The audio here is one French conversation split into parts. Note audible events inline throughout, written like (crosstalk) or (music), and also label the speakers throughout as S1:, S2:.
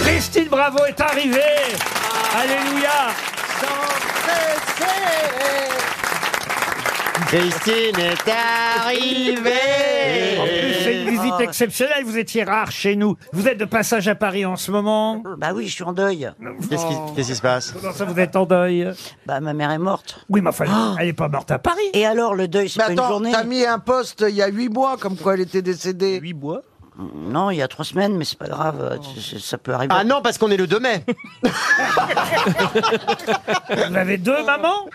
S1: Christine Bravo est arrivée. Alléluia.
S2: Christine est arrivée.
S1: En plus, c'est une visite exceptionnelle. Vous étiez rare chez nous. Vous êtes de passage à Paris en ce moment.
S3: Bah oui, je suis en deuil.
S2: Qu'est-ce qui, qu'est-ce qui se passe
S1: Comment ça, vous êtes en deuil
S3: Bah ma mère est morte.
S1: Oui, mais enfin, elle n'est pas morte à Paris.
S3: Et alors le deuil, c'est
S4: Mais
S3: pas une
S4: attends,
S3: journée
S4: t'as mis un poste il y a 8 mois, comme quoi elle était décédée.
S3: Non, il y a trois semaines, mais c'est pas grave, euh, c'est- c'est- ça peut arriver.
S2: Ah non, parce qu'on est le 2 mai.
S1: Vous avez deux mamans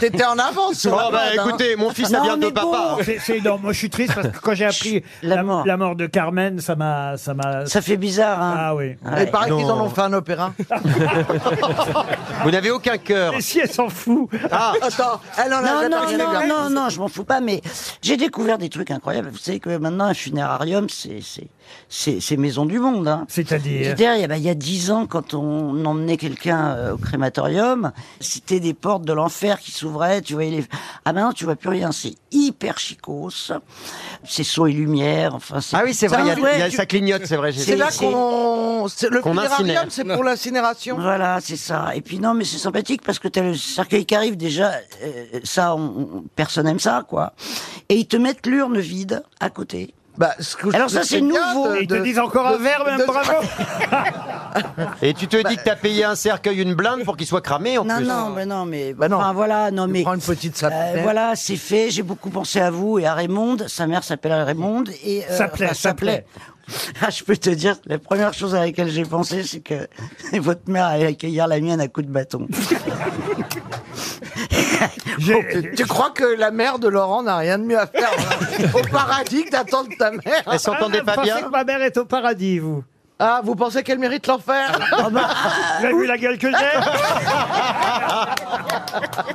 S4: T'étais en avance sur la
S2: (laughs) Oh bah
S4: mode, hein.
S2: écoutez, mon fils a
S3: Non,
S2: bien
S3: mais
S2: deux papas.
S1: C'est- C'est énorme. Moi, je suis triste parce que quand j'ai appris
S3: la
S1: la,
S3: mort.
S1: la mort de Carmen, ça m'a, ça m'a.
S3: (laughs) Ça fait bizarre, hein
S1: Ah oui.
S4: Il paraît qu'ils en ont fait un opéra.
S2: Vous n'avez aucun cœur.
S1: Mais si elle s'en fout.
S2: Ah,
S4: Attends, elle en a
S3: Non,
S4: jamais
S3: non,
S4: parlé,
S3: non,
S4: bien.
S3: non, non, je m'en fous pas, mais j'ai découvert des trucs incroyables. Vous savez que maintenant, un funérarium, c'est- c'est- c'est c'est maison du monde. Hein.
S1: C'est-à-dire
S3: C'est-à-dire, il y a- bah, il y a dix ans, quand on emmenait quelqu'un euh, au crématorium, c'était des portes de l'enfer qui s'ouvraient, tu voyais les... Ah maintenant, tu vois plus rien, c'est hyper chicos, c'est son et lumière, enfin... c'est-
S2: Ah oui, c'est vrai,
S3: Ça,
S2: il y a- il y a-
S3: ouais, tu-
S2: ça clignote, c'est vrai. j'ai-
S4: C'est là
S3: c'est-
S4: qu'on. c'est- Le
S2: Qu'on incinère.
S4: funérarium, c'est pour l'incinération.
S3: Voilà, c'est ça. Et puis non, mais c'est sympathique parce que t'as le cercueil qui arrive déjà, euh, ça, on- on- personne aime ça, quoi. Et ils te mettent l'urne vide à côté.
S4: Bah, ce que je
S3: Alors
S4: te
S3: ça, c'est
S4: dis bien
S3: nouveau.
S4: de-
S1: Et ils te
S4: de-
S1: disent encore un
S4: de-
S1: verre, même
S4: de-
S1: bravo.
S2: Et tu te dis que t'as payé un cercueil, une blinde pour qu'il soit cramé en
S3: Non,
S2: plus.
S3: non, mais non, mais
S4: Bah non.
S3: enfin, voilà, non, mais
S4: Prends une petite
S3: euh,
S4: sapinette.
S3: voilà, c'est fait. J'ai beaucoup pensé à vous et à Raymond. Sa mère s'appelle Raymond et euh,
S1: S'appelait,
S3: enfin,
S1: s'appelait.
S3: (laughs) Ah, je peux te dire, la première chose à laquelle j'ai pensé, c'est que (laughs) votre mère allait accueillir la mienne à coups de
S4: (laughs)
S3: bâton.
S1: J'ai-
S4: Tu crois que la mère de Laurent n'a rien de mieux à faire hein, au paradis que d'attendre ta mère
S2: Elle s'entendait
S1: Ah,
S2: pas
S1: pensez
S2: bien
S1: que ma mère est au paradis, vous.
S4: Ah, vous pensez qu'elle mérite l'enfer
S1: Vous avez vu la gueule que j'ai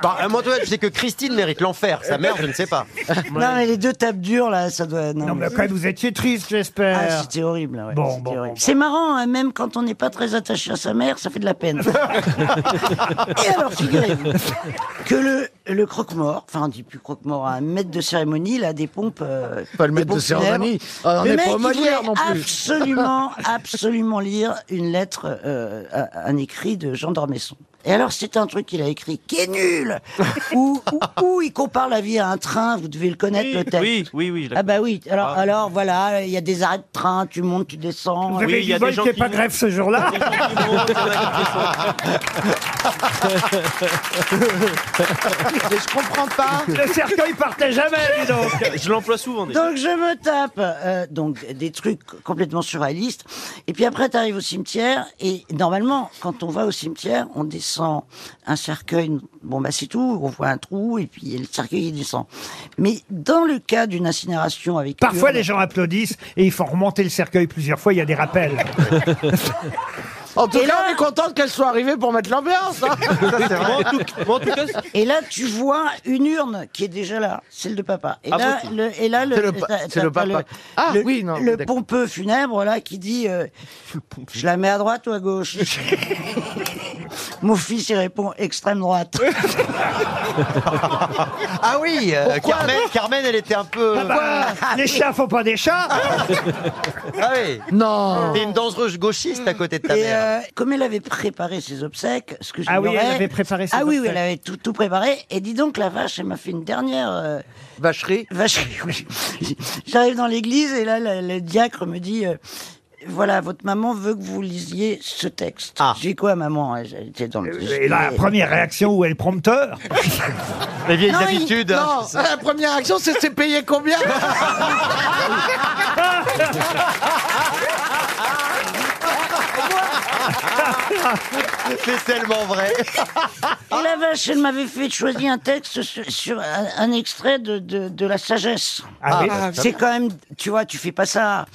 S2: Bah, Moi, toi, je sais que Christine mérite l'enfer. Sa mère, je ne sais pas.
S3: Non, mais les deux tapes dures là, ça doit.
S1: Non, mais quand même, vous étiez triste, j'espère.
S3: Ah, c'était horrible. ouais,
S1: Bon,
S3: c'était
S1: bon,
S3: horrible.
S1: bon, bon.
S3: C'est marrant, hein, même quand on n'est pas très attaché à sa mère, ça fait de la (laughs) peine. Et alors, figurez-vous que le, le croque-mort, enfin, on dit plus croque-mort, un maître de cérémonie, il a des pompes. euh,
S4: Pas le
S3: des
S4: maître de
S3: pompes funèbres.
S4: cérémonie. Ah, on
S3: le
S4: n'est
S3: mec,
S4: pas au
S3: il
S4: Molière
S3: voulait
S4: non plus. (laughs)
S3: Absolument, absolument lire une lettre, euh, un un écrit de Jean d'Ormesson. Et alors, c'est un truc qu'il a écrit qui est nul, où, où- où il compare la vie à un train, vous devez le connaître le texte.
S5: Oui, oui, oui. je la-
S3: Ah bah oui, alors, alors voilà, il y a des arrêts de train, tu montes, tu descends.
S1: Vous avez
S5: Oui, il y
S1: du
S5: a
S1: bol
S5: des gens
S1: qu'il n'y ait
S5: qui
S1: pas
S5: vont-
S1: grève ce jour-là.
S4: Mais je comprends pas.
S1: (laughs) Le cercueil partait jamais, dis donc.
S5: Je l'emploie souvent. Déjà.
S3: Euh, Donc je me tape euh, donc des trucs complètement surréalistes. Et puis après, tu arrives au cimetière et normalement, quand on va au cimetière, on descend un cercueil. Bon bah c'est tout, on voit un trou et puis le cercueil il descend. Mais dans le cas d'une incinération avec
S1: Parfois,
S3: urne,
S1: les gens applaudissent et ils font remonter le cercueil plusieurs fois. Il y a des rappels.
S3: Ah
S4: En tout
S3: Et
S4: cas,
S3: là-
S4: on est contente qu'elle soit arrivée pour mettre l'ambiance. (laughs) hein.
S5: Moi, en tout- moi, en tout cas,
S3: et là tu vois une urne qui est déjà là, celle de papa. Et là, le, et là le,
S4: Ah, C'est le pa-
S3: t'as-
S4: c'est le
S3: t'as
S4: papa. Ah,
S3: le-
S4: oui, non,
S3: le
S4: d'accord.
S3: pompeux funèbre là qui dit
S4: (laughs)
S3: euh, je la mets à droite ou à gauche. Mon fils il répond extrême droite.
S2: Ah oui, euh, Carmen, Carmen, elle était un peu.
S1: Bah,
S3: ah
S1: les chats font pas des chats.
S2: Ah oui.
S4: Non.
S2: T'es une dansereuse gauchiste à côté de ta
S3: Et
S2: mère.
S3: euh, comme elle avait préparé ses obsèques, ce que je
S1: Ah oui, elle avait préparé ses
S3: Ah oui, oui,
S1: obsèques.
S3: elle avait tout, tout préparé. Et dis donc, la vache, elle m'a fait une dernière euh,
S4: Vacherie.
S3: vacherie. oui. (laughs) J'arrive dans l'église et là, le, le diacre me dit. euh, voilà, votre maman veut que vous lisiez ce texte.
S2: Ah.
S3: J'ai quoi, maman Elle était dans le.
S1: Et la première réaction où elle prompteur.
S2: Les vieilles
S3: non, il-
S2: habitudes. hein.
S4: Non, la première action, c'est c'est payer combien
S2: C'est tellement vrai.
S3: Et la vache, elle m'avait fait choisir un texte sur, sur un, un extrait de, de, de la sagesse.
S1: Ah oui.
S3: C'est quand même, tu vois, tu fais pas ça.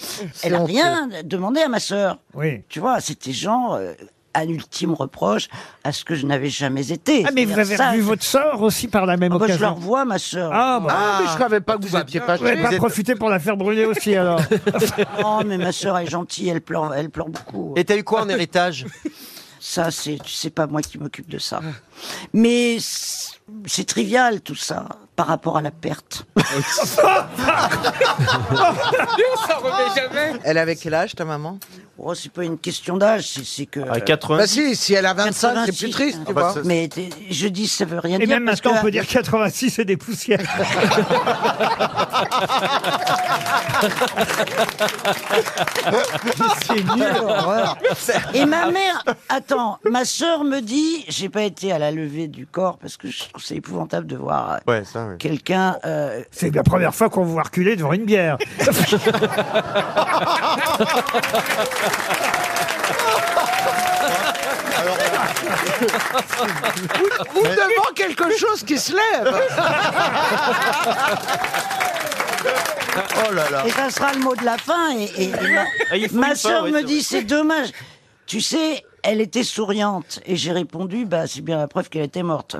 S3: Elle a rien demandé à ma sœur.
S1: Oui.
S3: Tu vois, c'était genre euh, un ultime reproche à ce que je n'avais jamais été.
S1: Ah, mais vous avez
S3: C'est-à-dire ça,
S1: revu votre sort aussi par la même
S3: Ah bah, je Ah, la
S1: occasion.
S3: revois, ma sœur.
S1: Ah, bon.
S4: Ah, mais je savais pas que vous étiez pas
S1: Vous n'avez
S4: chez
S1: pas
S2: êtes-
S1: profité pour la faire brûler aussi,
S3: (laughs)
S1: alors.
S3: Oh, mais ma sœur est gentille, elle pleure, elle pleure beaucoup.
S2: Et t'as eu quoi en héritage
S3: Ça, c'est, tu sais pas moi qui m'occupe de ça. Mais c'est c'est trivial tout ça. par rapport à la perte.
S6: Ça remet jamais.
S4: Elle avait quel âge, ta maman
S3: Oh, c'est pas une question d'âge, c'est- c'est que.
S2: À 80.
S4: Bah si, si elle a 25, c'est
S3: 86.
S4: plus triste,
S3: Ah
S4: tu
S2: bah,
S4: vois.
S2: c'est-
S3: Mais t'es- je dis, ça veut rien
S1: Et
S3: dire.
S1: même
S3: parce
S1: maintenant,
S3: que-
S1: on peut dire 86, c'est des
S3: (laughs)
S1: poussières. (laughs) c'est nul.
S3: Et ma mère, attends, ma sœur me dit, j'ai pas été à la levée du corps parce que je trouve c'est épouvantable de voir euh,
S2: Ouais, ça, oui.
S3: quelqu'un. euh,
S1: C'est la première fois qu'on vous voit reculer devant une bière.
S4: Ou devant quelque chose qui se lève.
S2: Oh là là.
S3: Et ça sera le mot de la fin. Et, et- et ma-
S5: Ah, il faut
S3: ma
S5: une fin,
S3: sœur
S5: ouais,
S3: me
S5: c'est
S3: dit, c'est dommage. Tu sais, elle était
S5: (laughs)
S3: souriante. Et j'ai répondu, bah, c'est bien la preuve qu'elle était morte.